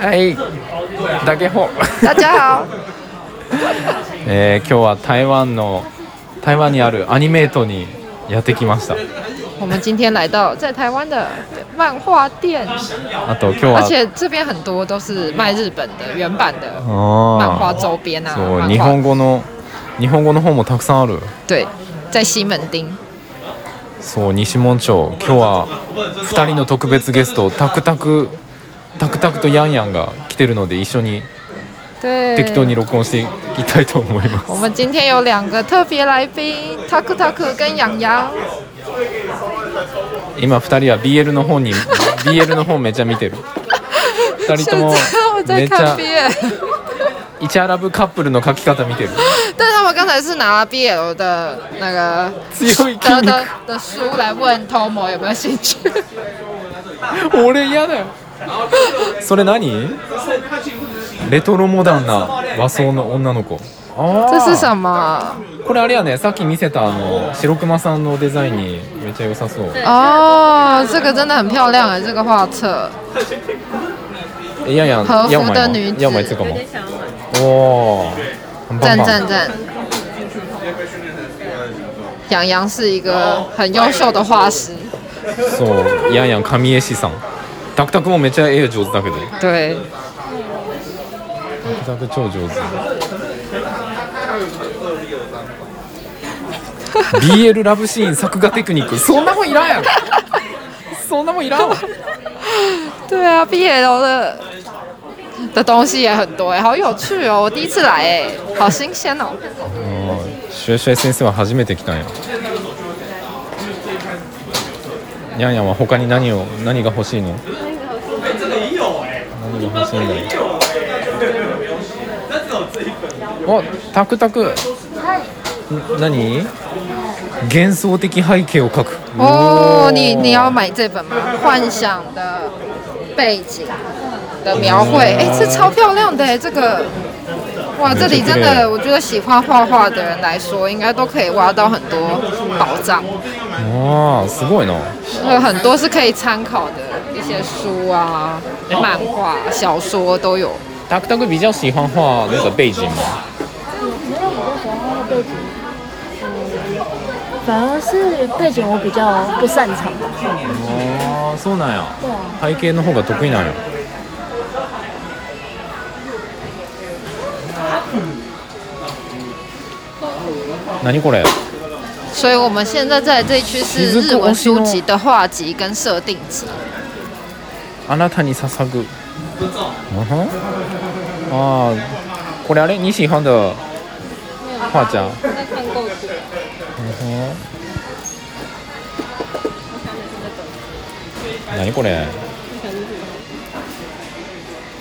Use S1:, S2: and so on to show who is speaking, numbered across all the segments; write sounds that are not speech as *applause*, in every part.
S1: はい、だけほ。
S2: 大家好，
S1: えー今日は台湾の台湾にあるアニメートにやってきました。
S2: 我们今天来到在台湾的漫画店，
S1: あと今日は
S2: 而且这边很多都是卖日本的原版的漫画
S1: あ
S2: 周边啊，
S1: ーそう
S2: 漫
S1: 日
S2: 画
S1: 本語の日本語の本もたくさんある。
S2: 对，在西门町，
S1: そう西門町今日は2人の特別ゲストタクタクタクタクとヤンヤンが来てるので一緒に
S2: 对，
S1: 適当に録音していきたいと思います。
S2: 我们今天有两个特别来宾，Taku Taku 跟洋洋，
S1: 今2人は BL の本に BL の本めっちゃ見てる2人
S2: 现
S1: と *laughs* も
S2: 在我
S1: め
S2: 在
S1: っちゃ
S2: 看 BL，
S1: イチャラブカップルの書き方見てる
S2: 但他们刚才是拿 BL 的那 *laughs* 个
S1: 強い筋
S2: 的的
S1: 肉
S2: 的书来问 Tomo 有没有兴趣，
S1: *laughs* 俺嫌だよそれ何レトロモダンな和装の女の子あ
S2: *laughs* 这是
S1: あ
S2: 什么？
S1: これあれやねさっき見せたあの白熊さんのデザインにめっちゃ良さそう
S2: 哦，这个真的很漂亮哎，这个画册。
S1: えやんやん
S2: 和服
S1: やんまい
S2: 的女
S1: な
S2: 子
S1: やんまいつうかもおーバ
S2: 赞
S1: ンバ
S2: 赞
S1: ン
S2: 赞！杨洋是一个很优秀的画师，
S1: そうやんやん神絵師さんタクタクもめっちゃ絵上手だけど
S2: 对，
S1: ザク超上手 *laughs* BL ラブシーン作画テクニックそんなもんいらんやろそんなもんいらんわ
S2: 对啊，BL 的的东西也很多哎，好有趣哦！我第一次来哎，好新鲜哦！
S1: シュエシュエ先生は初めて来たんやニャンヤンは他に何を何が欲しいの何が欲しいんだろうおタクタクん何幻想的背景を描く
S2: 哦
S1: お，ー
S2: 你你要买这本吗？幻想的背景的描绘，哎，这超漂亮的哎，这个。哇，这里真的，我觉得喜欢画画的人来说，应该都可以挖到很多宝藏。
S1: ああすごいな
S2: 有很多是可以参考的一些书啊、漫画、小说都有。
S1: タクタク比较喜欢画那个背景嘛，
S3: 没有比较喜欢他的背景，嗯，反而是背景我比较不擅长吧。
S1: ああそうなんや。背景の方が得意なんや。何これ？
S2: 所以我们现在在这一区是日文书籍的画集跟设定集。
S1: あなたに捧ぐ。嗯哼。ああ、これあれ？你喜欢的画家？
S4: 在看构图，
S1: 嗯哼。何これ？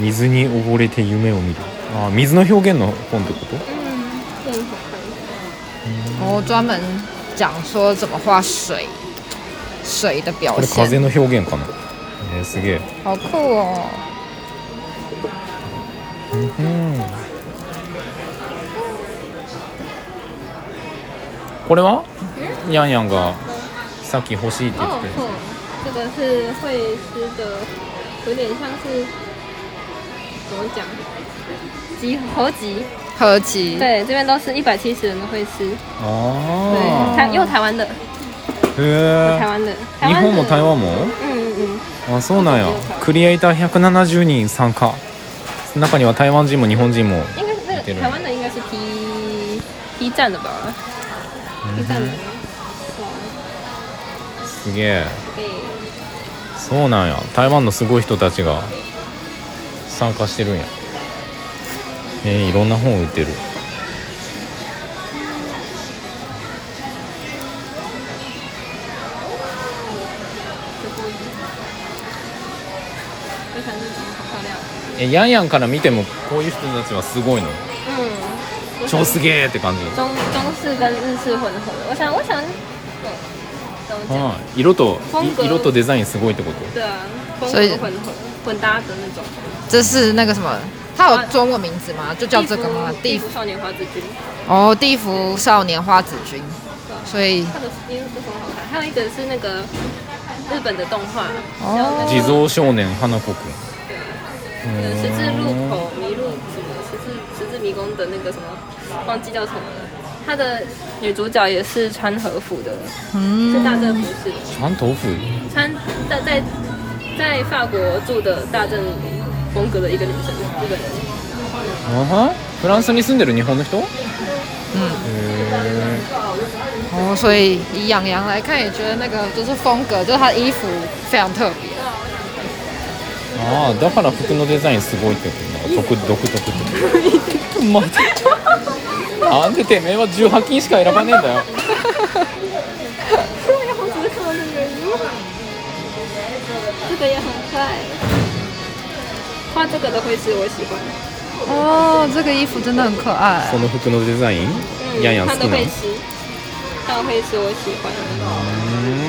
S1: 水に溺れて夢を見る。ああ、水の表現の本ってこと？
S2: 我专门讲说怎么画水，水的表
S1: これ風
S2: 现，
S1: の表現かな。えー、すげえ。
S2: 好酷哦！
S1: うん。これは？ヤンヤンがさっき欲しいって言っ
S4: 哦
S1: てたや
S4: 吼，这个是绘师的，有点像是怎么讲？集合集，
S2: 合集，
S4: 对，这边都是一百七十人的绘师，
S1: つ。哦
S4: 对，
S1: あ
S4: 台又台湾的，
S1: あ。
S4: 台
S1: へ
S4: 湾的，
S1: え。
S4: 台
S1: 日
S4: 湾的
S1: 本も台湾も？
S4: 嗯嗯
S1: あそうなんやクリエイター170人参加中には台湾人も日本人も
S4: 嗯，应该是那
S1: 似てる
S4: 个台湾的应该是 P P 站的吧，P 站的，哇，
S1: すげえ
S4: 对，
S1: そうなんや台湾のすごい人たちが参加してるんやえー、いろんな本売ってる
S4: 非常好漂亮，
S1: えヤンヤンから見てもこういう人たちはすごいの
S4: 嗯。
S1: 超すげえって感じ
S4: 中中式跟日式混合的。我想，我想，对，怎么讲？
S1: はい色と
S4: 本格
S1: い色とデザインすごいってこと
S4: 对啊，风
S2: 所以
S4: 格混合混搭的那种。
S2: 这是那个什么？它有中文名字吗？就叫这个吗？
S4: 地
S2: 地
S4: 府少年花之君，
S2: 哦，地府少年花子君，所以
S4: 他的衣服都很好看。还有一个是那个日本的动画，
S2: 哦
S1: 地蔵少年花子くん。
S4: 就是十字路口迷路什么十字十字迷宫的那个什么，忘记叫什么了。她的女主角也是穿和服的，是大正服饰的，
S1: 传统服
S4: 穿在在在法国住的大正风格的一个女生，日本人。
S1: あはフランスに住んでる日本の人？へ
S2: 哦，所以以养羊来看，也觉得那个就是风格，就是他的衣服非常特别。
S1: ーああだから服のデザインすごいってことだ。独独特って。また。なんでてめえは18金しか選ばねえんだよ。
S4: 这个也很快，画这个的会是我喜欢的，
S2: 哦，这个衣服真的很可爱。
S1: この服のデザイン？やんやん好
S4: 他
S1: きな
S4: 的
S1: の
S4: 会。师，他的会师我喜欢嗯的。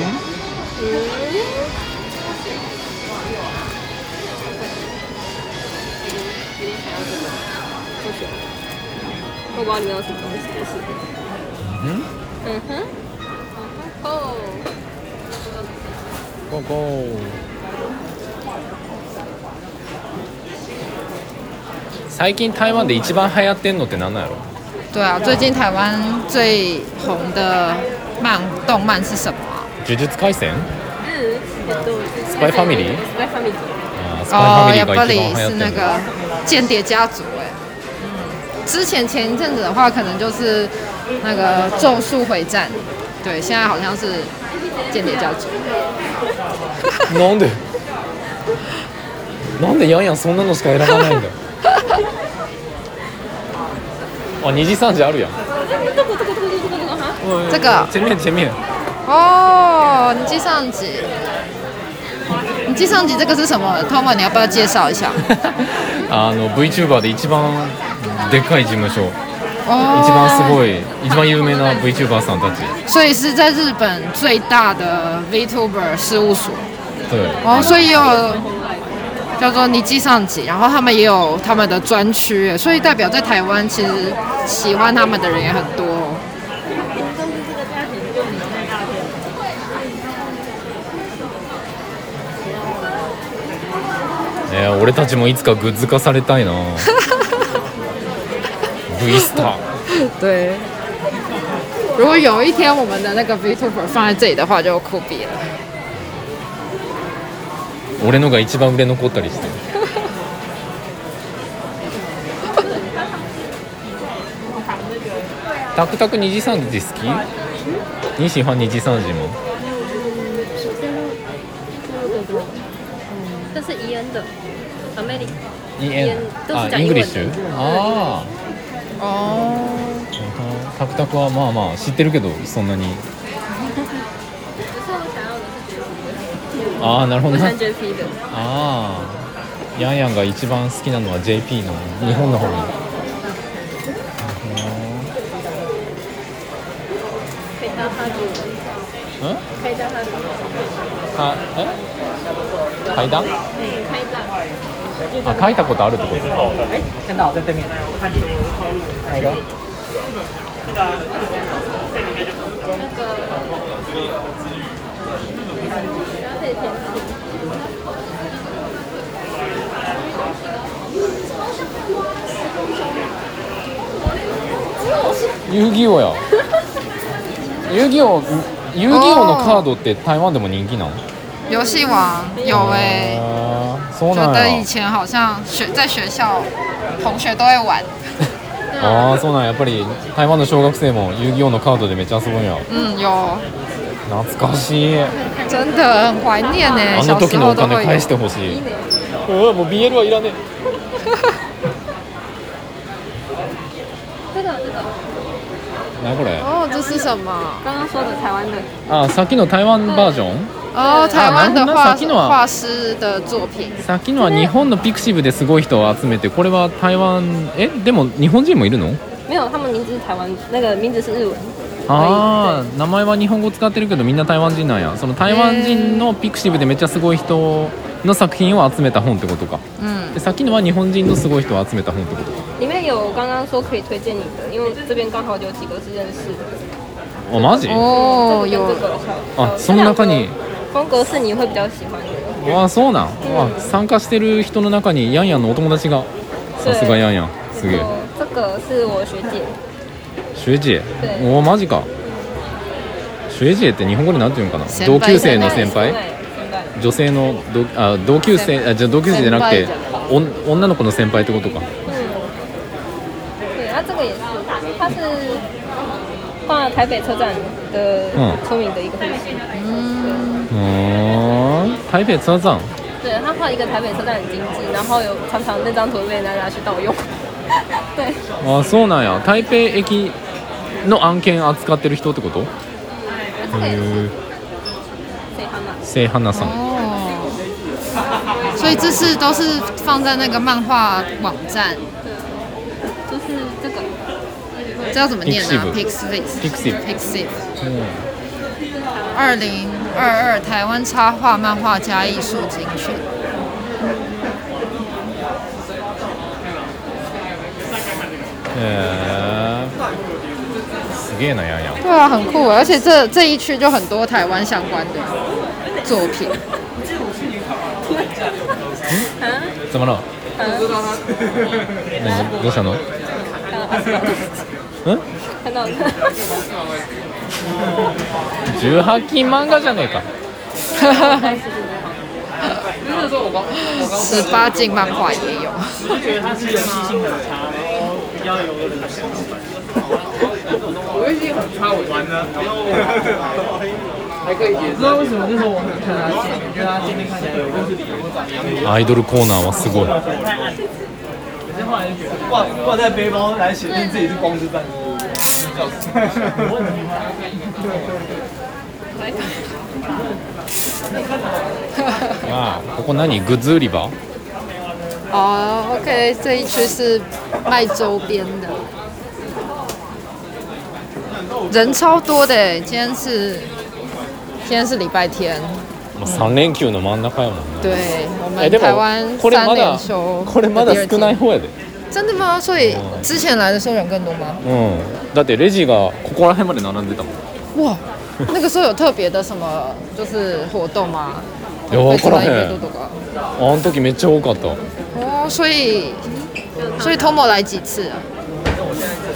S1: うん
S4: 不喜欢我不知道里面有什么东西，但是，
S1: 嗯
S4: 嗯哼，哦，
S1: ゴーゴー最近台湾で一番流行ってんのって何なんやろ
S2: 对啊，最近台湾最红的漫动漫是什么啊？
S1: 呪術廻戦
S4: 嗯，很多
S1: Spy Family？
S4: Spy Family。
S1: あース
S2: 哦
S1: パ，イ
S2: 也
S1: フ
S2: 不
S1: ァミリーが
S2: 里
S1: 一
S2: 是
S1: 番流行
S2: 那
S1: ってんの
S2: 个间谍家族哎、嗯，之前前一阵子的话，可能就是那个咒术回战，对，现在好像是间谍家族。
S1: なんでなんでやんやんそんなのしか選ばないんだよあ二次三次あるやん
S2: 这个
S1: 前面前面
S2: 哦，你记上集，你记上集这个是什么？Tom，你要不要介绍一下？
S1: あの VTuber で一番でっかい事務所
S2: 哦，
S1: 一番すごい一番有名な VTuber さんたち
S2: 所以是在日本最大的 VTuber 事务所。
S1: 对
S2: 哦，所以也有叫做尼基上级，然后他们也有他们的专区耶，所以代表在台湾其实喜欢他们的人也很多哦。
S1: えー俺たちもいつかグッズ化されたいな V スター
S2: 对，如果有一天我们的那个 VTuber 放在这里的话，就酷毙了。
S1: 俺のが一番売れ残ったりしてタクタク二次三次好き西半二次三次も
S4: 这是伊恩的 America，
S1: イ
S4: エン
S1: あ
S4: どうする
S1: イングリッシュ
S4: 英語で
S1: ああ
S2: 哦，
S1: タクタクはまあまあ知ってるけどそん
S4: *laughs*
S1: なに
S4: 可是我想要的是绝皮
S1: ああなるほ
S4: 的，
S1: ど
S4: 我
S1: な
S4: 想绝皮的。
S1: ああヤンヤンが一番好きなのは JP の日本の方に
S4: 可以当哈主，
S1: うん
S4: 可以当哈主，
S1: あえ階段
S4: 嗯，可以当。
S1: あ書いたことあるってこと
S5: 看到在对面，看你哪一个？
S1: 遊戯王や遊戯王遊戯王のカードって台湾でも人気なの
S2: 游戏王有哎、
S1: あーそう
S2: 觉
S1: なん
S2: 得以
S1: や
S2: 前好像学在学校同学都会玩，
S1: ああーそうなんややっぱり台湾の小学生も遊戯王のカードでめっちゃ遊ぶんや
S2: 嗯，有，
S1: 懐かしい
S2: 真的很怀念呢、
S1: あの
S2: 小
S1: 時
S2: 时
S1: の
S2: 候
S1: お
S2: 都
S1: 金
S2: 会
S1: 返
S2: 有
S1: し。てほしいうわもう BL はいらね
S4: 这个这
S1: え
S4: 个，
S1: なにこれ
S2: 哦，这是什么？
S4: 刚刚说的台湾的，
S1: あさっきの台湾バージョン
S2: 哦，台湾的
S1: 啊那
S2: 画
S1: 那先啊
S2: 画师的作品，
S1: さっきのは日本のピクシブですごい人を集めてこれは台湾えでも日本人もいるの
S4: 没有，他们名字是台湾，那个名字是日文。
S1: ああ名前は日本語使ってるけどみんな台湾人なんやその台湾人のピクシブでめっちゃすごい人の作品を集めた本ってことか
S2: 嗯，
S1: でさっきのは日本人のすごい人を集めた本ってことか
S4: 里面有刚刚说可以推荐你的，因为这边刚好有几个是认识的。
S1: あマジ
S2: 哦，
S4: 这个
S2: 有
S4: 跟这个小
S1: あその中に
S4: 风格是你会比较喜欢的。
S1: わあそうなん、わあ参加してる人の中にヤンヤンのお友達がさすがヤンヤンすげ
S4: 然
S1: え
S4: 后这个是我学姐，
S1: 学姐
S4: 对
S1: おおマジか学姐って日本語でなんていうのかな
S2: 先輩
S1: 同級生の先輩
S4: 现在
S1: 女性の同あ同級生あじゃあ同級生じゃなくて
S2: 先輩じ
S1: おん女の子の先輩ってことか
S4: 嗯，对，它这个也是，它是挂台北车站的
S1: 嗯
S4: 出名的一个户型。
S1: うーん台北ツアーザン
S4: 对，他画一个台北车站很精致，然后有常常那张图被大家去盗用。对，
S1: あそうなんや台北駅の案件扱ってる人ってこと
S4: 这个也
S1: へえ
S4: 是谁画嘛？
S1: せいはなさん
S2: 哦，所以这次都是放在那个漫画网站，
S4: 就是这个，
S2: 这要怎么念啊呢 p i x i x
S1: Pixiv
S2: p i x i 二零二二台湾插画漫画家艺术精选。
S1: へえすげえなヤンヤン
S2: 对啊，很酷耶，而且这这一区就很多台湾相关的作品。
S1: つまらん何どうしたのん
S4: 看到二十看到
S1: 18禁漫画じゃねえか
S2: 十八禁漫画也有，
S5: 我就觉得它是游戏性很差，然后比较有冷血。我游戏很差，我玩的，然后还可以。不知道为什么那时候我很看它界面，觉得它界面看起来有故事理由，
S1: アイドルコーナーはすごい
S5: 太暗。可是后来就觉得挂挂在背包来显示自己是光之战士。
S1: ああここ何グッズ売り場
S2: 哦，OK，这一区是卖周边的，人超多的耶，今天是今天是礼拜天，
S1: もう3連休の真ん中やもんね
S2: 对我
S1: え
S2: 们
S1: で
S2: 台湾
S1: もこれ
S2: 三
S1: ま
S2: 连
S1: だ
S2: 休，
S1: これまだ少ない方やで
S2: 真的吗？所以之前来的时候人更多吗？
S1: うんだってレジがここら辺まで並んでたもん
S2: 哇，那个时候有特别的什么就是活动吗？
S1: いや分からへ
S2: イベン
S1: ん
S2: トとか
S1: あん時めっちゃ多かった
S2: 哦，所以所以 Tomo 来几次啊？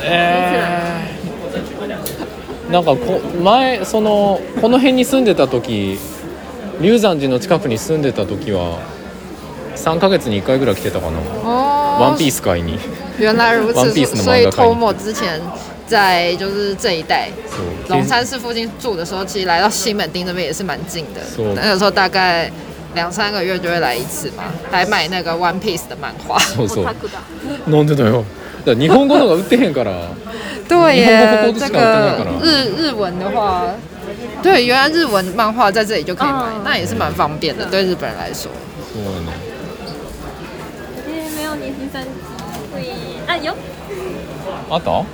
S1: えーなんかこ前そのこの辺に住んでた時龍山寺の近くに住んでた時は3ヶ月に1回ぐらい来てたかな
S2: 哦，
S1: ワンピース買いに
S2: 原来如
S1: One
S2: 此，
S1: Piece 的
S2: 所以
S1: 漫画概念
S2: Tomo 之前在就是这一带
S1: そう
S2: 龙山市附近住的时候，其实来到西门町这边也是蛮近的
S1: 是哦。
S2: 那个时候大概两三个月就会来一次嘛，来买那个 One Piece 的漫画。
S1: そうそう
S4: 他哭的。
S1: 飲んでたよだから日本語のが売ってへんから
S2: *laughs* 对
S1: 日本 *laughs*
S2: 耶
S1: 語こ，こ
S2: 这
S1: しか売ってないか
S2: 个
S1: ら
S2: 日日文的话，对，原来日文漫画在这里就可以买，那也是蛮方便的，对日本人来说。
S1: そうやな
S4: 今天没有你第三集，会啊有
S1: あった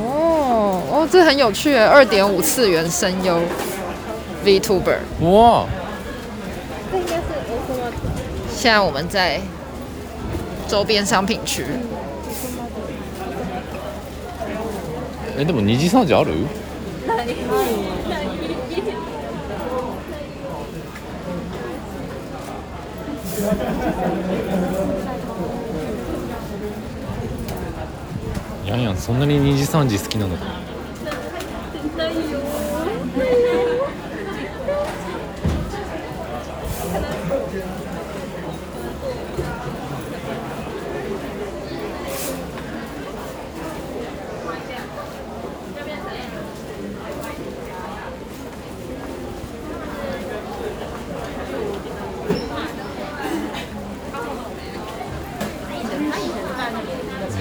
S2: 哦哦，这很有趣耶，二点五次元声优 VTuber。
S1: うわ
S2: 现在我们在周边商品区，
S1: えでも二次三次ある
S4: 哪里？哪里？
S1: いやいやそんなに二次三次好きなのか
S4: 哪里有？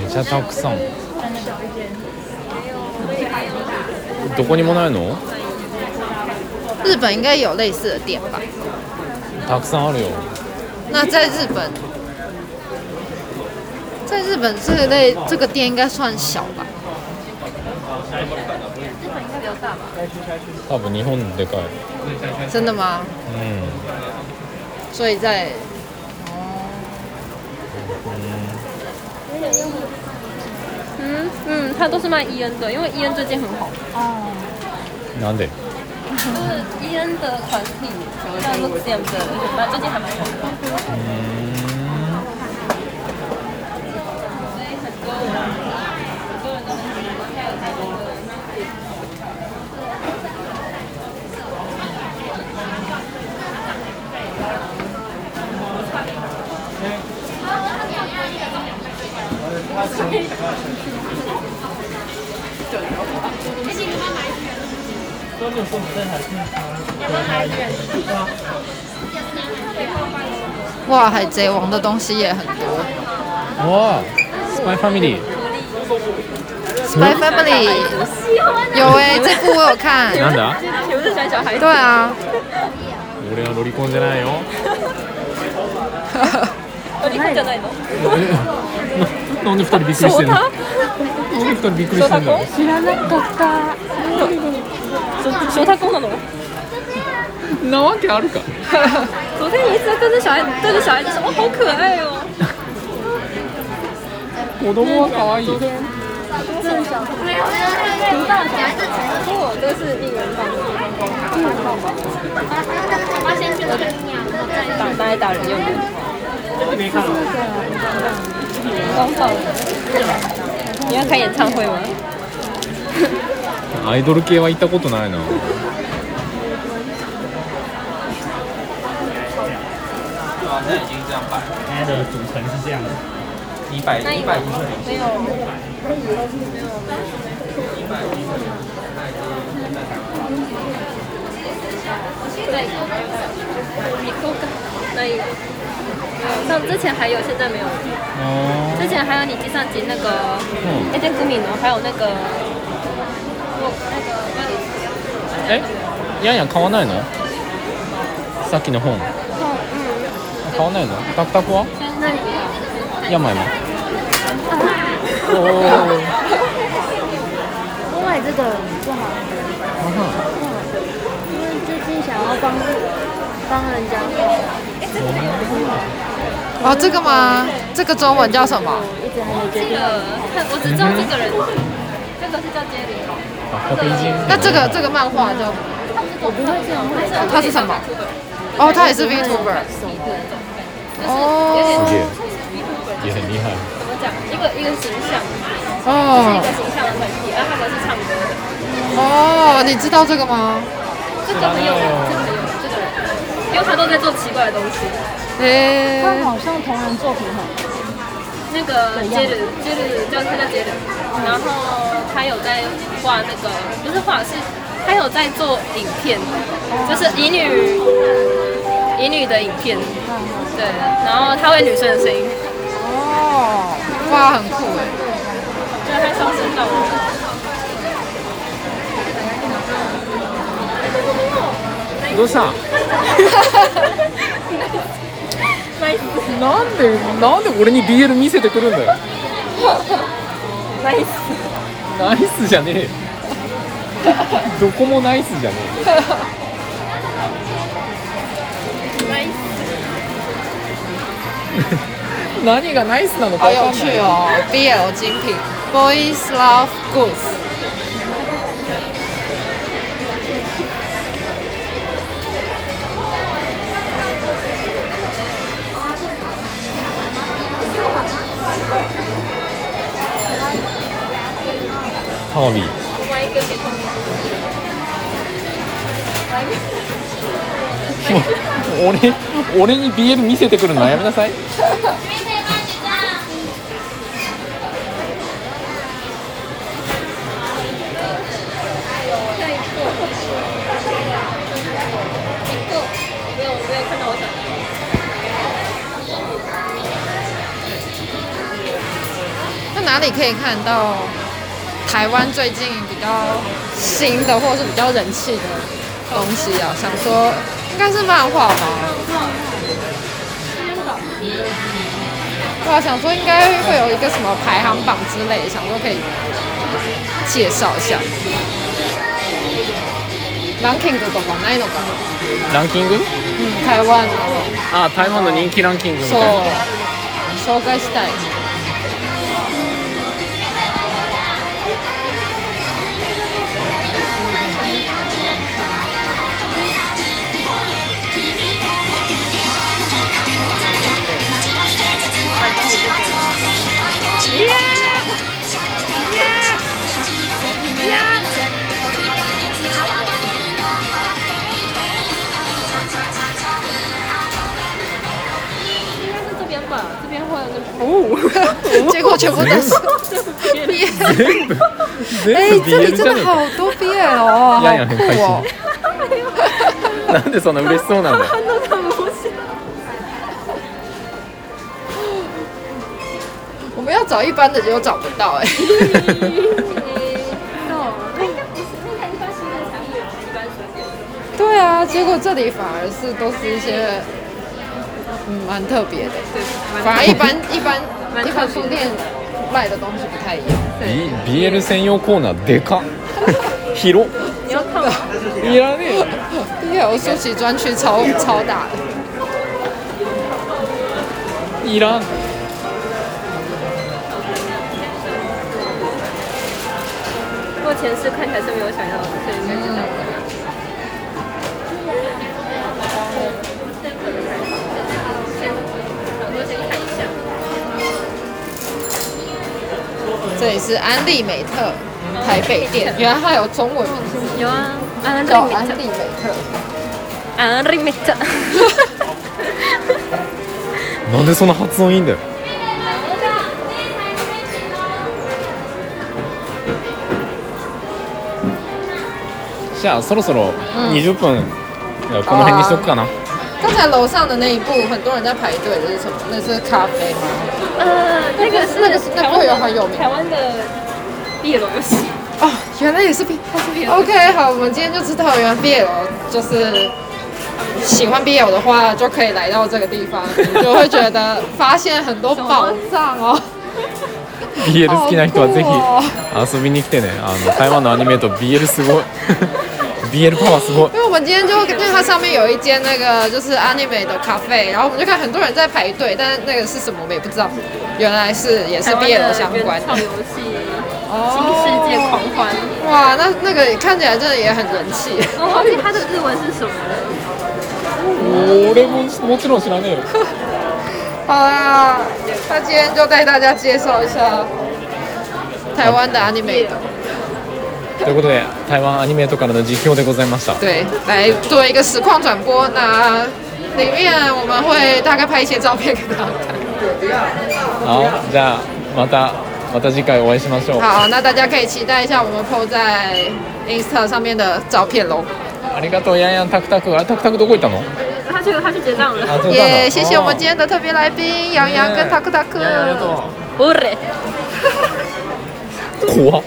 S1: めちゃたくさんどこにもないの
S2: 日本应该有类似的店吧？
S1: たくさんあるよ
S2: 那在日本，在日本这一类这个店应该算小吧？
S1: 多分日本でかい
S2: 真的吗？
S1: うん
S2: 所以在
S4: 嗯嗯，他都是卖伊恩的，因为伊恩最近很红。
S1: なんで
S4: 就是伊恩的团体叫 Look Them 的乐团，最近还蛮红的，所以很多人很多人都很喜欢，还有他那个
S2: 哇，海贼王的东西也很多。
S1: 哇，Spy Family，
S2: Spy Family 有哎、这部我有看。
S1: なんだ？
S4: 你不是喜欢小孩子
S2: 对？啊，
S1: 俺はロリコンじゃないよ。
S4: 我离婚じゃないの？
S1: えなんで二人びっくりしてんの？なんで二人びっくりしてんの？
S3: 知らなかった。
S4: 说他公的龙。
S1: なわけあるか。
S4: 昨天有一直在跟着小孩，对着小孩子说：“哦，好可爱哦
S1: 子供は可愛い。
S4: 哦！”这是应援棒，打拿来打人用的。光棒。你要开演唱会吗？
S1: アイドル系は行ったことないな。
S6: 对啊，现在已经这样摆，
S7: 它的组成是这样的，
S6: 你摆
S4: 那
S6: 你
S4: 有
S6: 摆进去，
S4: 没有？对，你扣个那有。像之前还有，现在没有。
S1: あ
S4: 之前还有你机上集那个
S1: ーうん
S4: 那件古米呢，还有那个我那个
S1: え、やんやん買わないの？さっきの本。買わないの？タクタクは？ヤマヤマ。おー
S3: 我买这个不好，因为最近想要帮帮人家
S2: 哦这个吗？这个中文叫什么？
S3: 一直还没
S4: 这
S3: 决定。
S4: 个，我只知道这个人，这个是叫杰里，
S1: あ、コピー人。
S2: 那这个这个漫画叫
S3: 我不会这样会
S2: 哦它是什么？哦，它也是 Vtuber。
S1: すげえ
S2: 哦。
S1: 也很厉害。
S4: 怎么讲？一个一个形象，一
S2: 哦
S4: 个形象的问题，然后他们是唱歌的，
S2: 哦，你知道这个吗？
S4: 这个很有人，这个很有人，这个人，因为他都在做奇怪的东西。
S2: 诶、
S3: 他好像同人作品很
S4: 那个杰里，杰里叫他叫杰里，然后他有在画那个，不是画，是他有在做影片，就是乙女乙女的影片，
S2: 嗯
S4: 对，然后他会女生的声音，
S2: 哦，哇，很酷哎。
S4: 对，他上升到我。
S1: どうした？なんでなんで俺に BL 見せてくるんだよ。ナイス。ナイスじゃねえよ。どこもナイスじゃねえよ。 *laughs* 何がナイスなのか
S2: 好
S1: わ
S2: 有
S1: かん
S2: 趣
S1: ない。
S2: 哦，BL 精品，Boys Love Goods。
S1: タワビー。も *laughs* う俺俺に BL 見せてくるのはやめなさい。
S4: 没有，我没有看到我想要的。
S2: 那哪里可以看到台湾最近比较新的，或者是比较人气的东西啊？想说应该是漫画吧。对啊，想说应该会有一个什么排行榜之类，想说可以介绍一下。ランキングとかないのかな？
S1: ランキング？
S2: うん、嗯台湾の
S1: あ、台湾の人 *laughs* 気ランキングみ
S2: そう
S1: たいな。
S2: 紹介したい。
S1: あ
S4: 吧，这边会有那
S2: *laughs*
S4: 个
S2: 哦，结果全部都是 BL。
S1: 全部
S2: 哎、
S1: 全部
S2: 这里
S1: BL じ
S2: 真
S1: ゃね
S2: 的
S1: えか
S2: 好多 BL
S1: *laughs*
S2: 哦，
S1: いやいや
S2: 好酷哦！
S1: なんでそんな嬉しそうなんだよ
S2: 我们要找一般的结果找不到哎、
S4: 那应该不是，那应该一般新的产品，一般新
S2: *laughs*
S4: 的。
S2: 对啊，结果这里反而是都是一些嗯蛮特别的，
S4: 对，
S2: 反而一 *laughs* 般一般
S4: 蛮
S2: 一
S4: 特别的
S2: 般书店卖的东西不太一样。
S1: B- BL 専用コーナーでかっ広っ
S4: 你要看吗？ *laughs*
S1: いらねえよ
S2: 对啊，我啊书籍专区超超大的。
S1: いらん
S4: 不过前世看起来是没有想要的，所以应该就这样。我先看一下，
S2: 这里是安利美特台北店，原来它有中文名字
S4: 有啊，安利
S2: 叫安利
S4: 美
S2: 美特。
S4: 特，安利美特，
S1: なんでそんな発音いいんだよじゃあそろそろ20分、この辺にしとくかな、
S2: 刚才楼上的那一部，很多人在排队，这是什么？那是咖啡吗？
S4: 呃，那个是
S2: 嗯那个是那部有很有名
S4: 台湾的毕业游戏，
S2: 哦，原来也是 B。
S4: 它是毕业
S2: OK，好，我们今天就知道，原来 BL 就是喜欢 BL 的话，就可以来到这个地 *laughs* 方，你就会觉得发现很多宝藏哦。
S1: BL 好きな人はぜ
S2: あ
S1: ひ遊びに来てねあの台湾のアニメート BL すごい *laughs* BL パワーすごい
S2: 因为我们今天就因为它上面有一间那个就是 anime 的咖啡，然后我们就看很多人在排队，但是那个是什么我们也不知道，原来是也是
S4: 台湾
S2: BL
S4: 的
S2: 相关
S4: 原
S2: 的
S4: 创。游戏哦《新世界狂欢》，
S2: 哇，那那个看起来真的也很人气。
S4: 我忘记它的日文是什么了。
S1: 俺ももちろん知らねえよ
S2: 好啦，那今天就带大家介绍一下台湾的 anime 的。
S1: ということで台湾アニメートからの実況でございました
S2: 对，来做一个实况转播。那里面我们会大概拍一些照片给大家
S1: 好じゃあまたまた次回お会いしましょう
S2: 看。好，那大家可以期待一下我们 PO 在 Insta 上面的照片喽。
S1: ありがとうヤンヤンタクタクあれタクタクどこ行ったの
S4: 他去他去结账了。
S1: あそうだ
S2: 也谢谢我
S1: 哦
S2: 们今天的特别来宾杨洋跟
S1: ヤ
S2: Taku
S1: ンヤンありがと
S2: Taku。 *laughs*
S4: 我嘞。
S1: う
S2: *laughs*
S1: 怖っ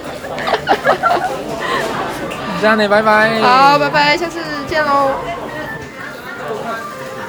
S1: じゃあねバイバイ
S2: 好，拜拜，下次见喽。